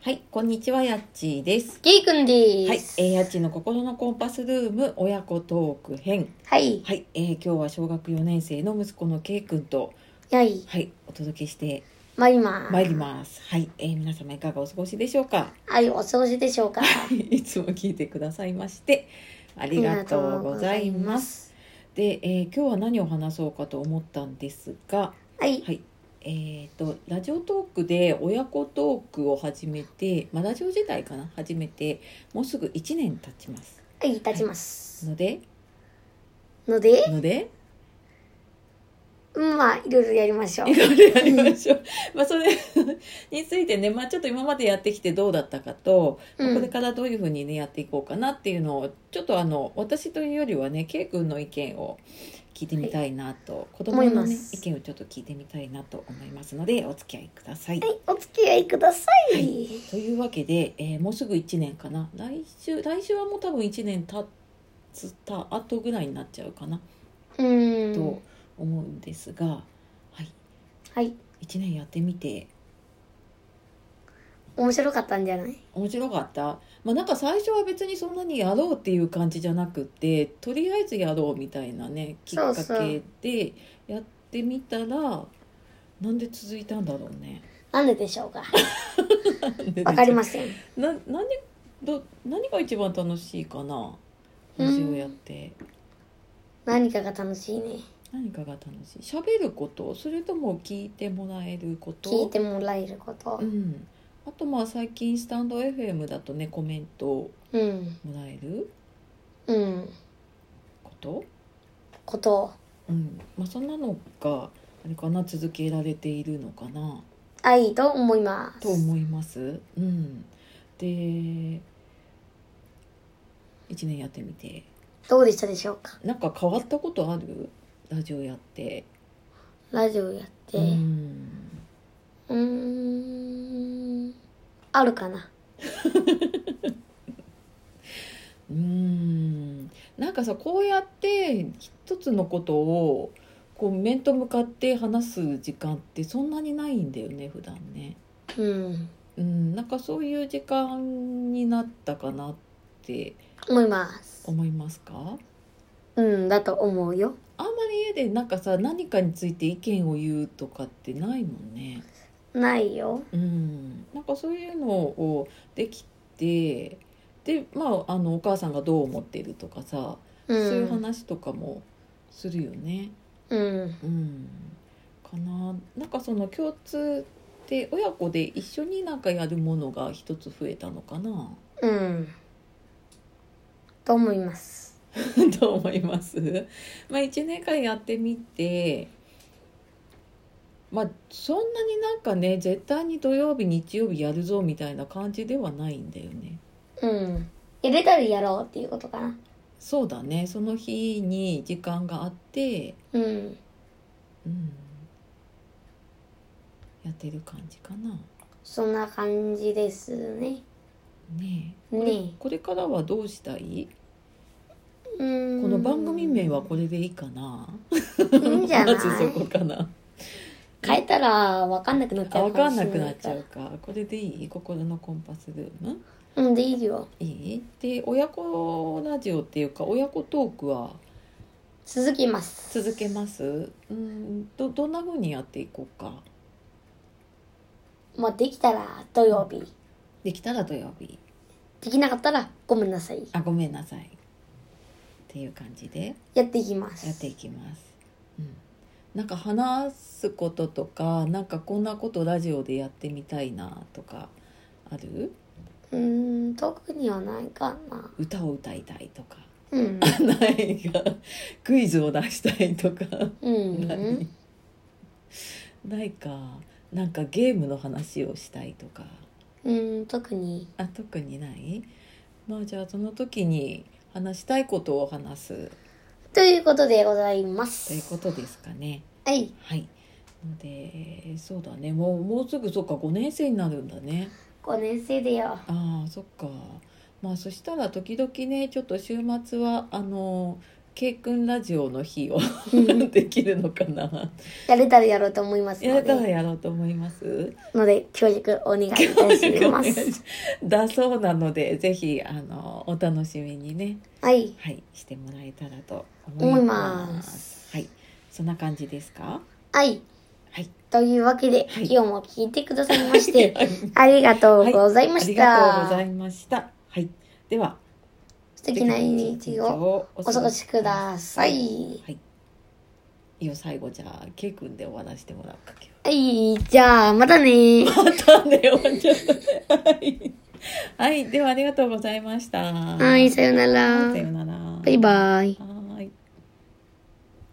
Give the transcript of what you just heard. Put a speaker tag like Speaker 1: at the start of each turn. Speaker 1: はい、こんにちは、やっちーです。
Speaker 2: ゲイくん
Speaker 1: は
Speaker 2: で
Speaker 1: い
Speaker 2: す、。
Speaker 1: えー、やっちーの心のコンパスルーム親子トーク編。
Speaker 2: はい。
Speaker 1: はい、えー、今日は小学4年生の息子のけいくんと、
Speaker 2: やい。
Speaker 1: はい、お届けして
Speaker 2: まいま
Speaker 1: まいります。はい、えー、皆様いかがお過ごしでしょうか。
Speaker 2: す。はい、お掃除でしょうか。あ
Speaker 1: いつも聞いてくださいまして、ありがとうございます。
Speaker 2: す。
Speaker 1: で、えー、今日は何を話そうかと思ったんですが、
Speaker 2: はい。
Speaker 1: はい。えー、とラジオトークで親子トークを始めて、まあ、ラジオ自体かな始めてもうすぐ1年経ちます
Speaker 2: はい、立ちます。
Speaker 1: ので
Speaker 2: ので、
Speaker 1: ので
Speaker 2: うん、まあ、いろいろやりましょう
Speaker 1: い。ろいろやりましょう、まあ、それ についてね、まあ、ちょっと今までやってきてどうだったかと、まあ
Speaker 2: うん
Speaker 1: これからどういうふうにねやっていこうかなっていうのをちょっとあの私というよりはね K 君の意見を聞いてみたいなと、子供
Speaker 2: 思
Speaker 1: の、
Speaker 2: いま
Speaker 1: ね、
Speaker 2: す
Speaker 1: 意見をちょっと聞いてみたいなと思いますのでお付き合いください。
Speaker 2: はい、お付き合いください。
Speaker 1: はいというわけで、えーもうすぐ1年かな来週来週はもう多分1年経つた後ぐらいになっちゃうかな
Speaker 2: うーん
Speaker 1: と。思うんですが、はい、
Speaker 2: はい。
Speaker 1: 1年やってみて
Speaker 2: 面白かったんじゃない
Speaker 1: 面白かった、まあ、なんか最初は別にそんなにやろうっていう感じじゃなくてとりあえずやろうみたいなねきっか
Speaker 2: そうそう
Speaker 1: けでやってみたらなんで続いたんだろうね。
Speaker 2: なんででしょうか。わかりません。
Speaker 1: な何ど何が一番楽しいかなラジオやって。
Speaker 2: 何かが楽しいね。
Speaker 1: 何かが楽しい喋ることそれとも聞いてもらえること
Speaker 2: 聞いてもらえるこ
Speaker 1: う
Speaker 2: と。
Speaker 1: んあとまあ最近スタンド FM だとねコメントを
Speaker 2: うん。
Speaker 1: もらえる
Speaker 2: うん。
Speaker 1: こと、
Speaker 2: こと。
Speaker 1: うんまあ、そんなのがあれかな続けられているのかな
Speaker 2: はい、と思います。
Speaker 1: と思います。うん、で1年やってみて
Speaker 2: どうでしたでしょうか。
Speaker 1: なんか変わったことあるラジオやって。
Speaker 2: ラジオやって。
Speaker 1: うん
Speaker 2: うーんあるかな
Speaker 1: うーんなんかさこうやって一つのことをこう面と向かって話す時間ってそんなにないんだよね普段ね
Speaker 2: うん
Speaker 1: うんなんかそういう時間になったかなって
Speaker 2: 思います
Speaker 1: 思いますか
Speaker 2: うんだと思うよ
Speaker 1: あんまり家でなんかさ何かについて意見を言うとかってないもんね
Speaker 2: ないよ
Speaker 1: うんなんかそういうのをできてでまああのお母さんがどう思ってるとかさ、
Speaker 2: うん
Speaker 1: そういう話とかもするよね
Speaker 2: うん
Speaker 1: うんかななんかその共通で親子で一緒になんかやるものが一つ増えたのかな
Speaker 2: うんと思います
Speaker 1: と思います。まあ、1年間やってみてまあそんなになんかね絶対に土曜日日曜日やるぞみたいな感じではないんだよね。
Speaker 2: うん入れたりやろうっていうことかな
Speaker 1: そうだねその日に時間があって、
Speaker 2: うん
Speaker 1: うん、やってる感じかな。
Speaker 2: そんな感じですね
Speaker 1: ねえこれ
Speaker 2: ね
Speaker 1: これからはどうしたい
Speaker 2: うん
Speaker 1: この番組名はこれでいいかな。
Speaker 2: いいんじゃな い
Speaker 1: まずそこかな。
Speaker 2: 変えたら分かんなくなっち
Speaker 1: あ、
Speaker 2: ゃ
Speaker 1: わ
Speaker 2: うか
Speaker 1: か
Speaker 2: も
Speaker 1: ん
Speaker 2: しれ
Speaker 1: なく
Speaker 2: な
Speaker 1: ないっち
Speaker 2: か
Speaker 1: ゃ
Speaker 2: ら
Speaker 1: うか。これでいい心のコンパスルーム
Speaker 2: うんでいいよ
Speaker 1: いいで、親子ラジオっていうか、親子トークは
Speaker 2: 続きます
Speaker 1: 続けますうん、ど、どんな風にやっていこうか。
Speaker 2: まあできたら土曜日
Speaker 1: できたら土曜日。
Speaker 2: できなかったらごめんなさい
Speaker 1: あ、ごめんなさい。っていう感じで。
Speaker 2: やっていきます
Speaker 1: やっていきます。うん、なんか話すこととか、なんかこんなことラジオでやってみたいなとかある？
Speaker 2: うーん特にはないか な
Speaker 1: 歌を歌いたいとか、
Speaker 2: うん
Speaker 1: ないかクイズを出したいとか、
Speaker 2: うん
Speaker 1: ないかなんかゲームの話をしたいとか、
Speaker 2: うん特に
Speaker 1: あ特にない？まあじゃあその時に話したいことを話す
Speaker 2: ということでございま
Speaker 1: という
Speaker 2: す
Speaker 1: ことですかね。
Speaker 2: はい
Speaker 1: はい。のでそうだねもうもうすぐそっか5年生になるんだね。
Speaker 2: 5年生でよ
Speaker 1: ああそっかまあそしたら時々ねちょっと週末はあのケイ君ラジオの日を
Speaker 2: うん
Speaker 1: できるのかな。
Speaker 2: やれたらやろうと思います
Speaker 1: やれ
Speaker 2: の
Speaker 1: たら
Speaker 2: で
Speaker 1: やろうと思います。
Speaker 2: ので協力お願いいたし
Speaker 1: お
Speaker 2: ま
Speaker 1: 願い
Speaker 2: す
Speaker 1: し だそうなので、ぜひあのお楽しみにね、
Speaker 2: はい
Speaker 1: はいしてもらえたらと
Speaker 2: 思
Speaker 1: 思
Speaker 2: い
Speaker 1: い
Speaker 2: ま
Speaker 1: ます。はい、そんな感じですか。
Speaker 2: はい
Speaker 1: はい、
Speaker 2: というわけで、
Speaker 1: はい
Speaker 2: 今日も聞いてくださいま して、 ありがとうございま
Speaker 1: あり
Speaker 2: し
Speaker 1: がとうご
Speaker 2: た。
Speaker 1: ざいました。はい、では
Speaker 2: 素敵な一日を
Speaker 1: お
Speaker 2: お過ごしください。
Speaker 1: いいよ最後じゃあケイ君で終わらせてもらうか今日
Speaker 2: はい、じゃあ、またねー。
Speaker 1: ま たね、終わっちゃ ったね。はい。はい、ではありがとうございました。
Speaker 2: はい、さよなら
Speaker 1: さ。よなら。
Speaker 2: バイバイ。
Speaker 1: は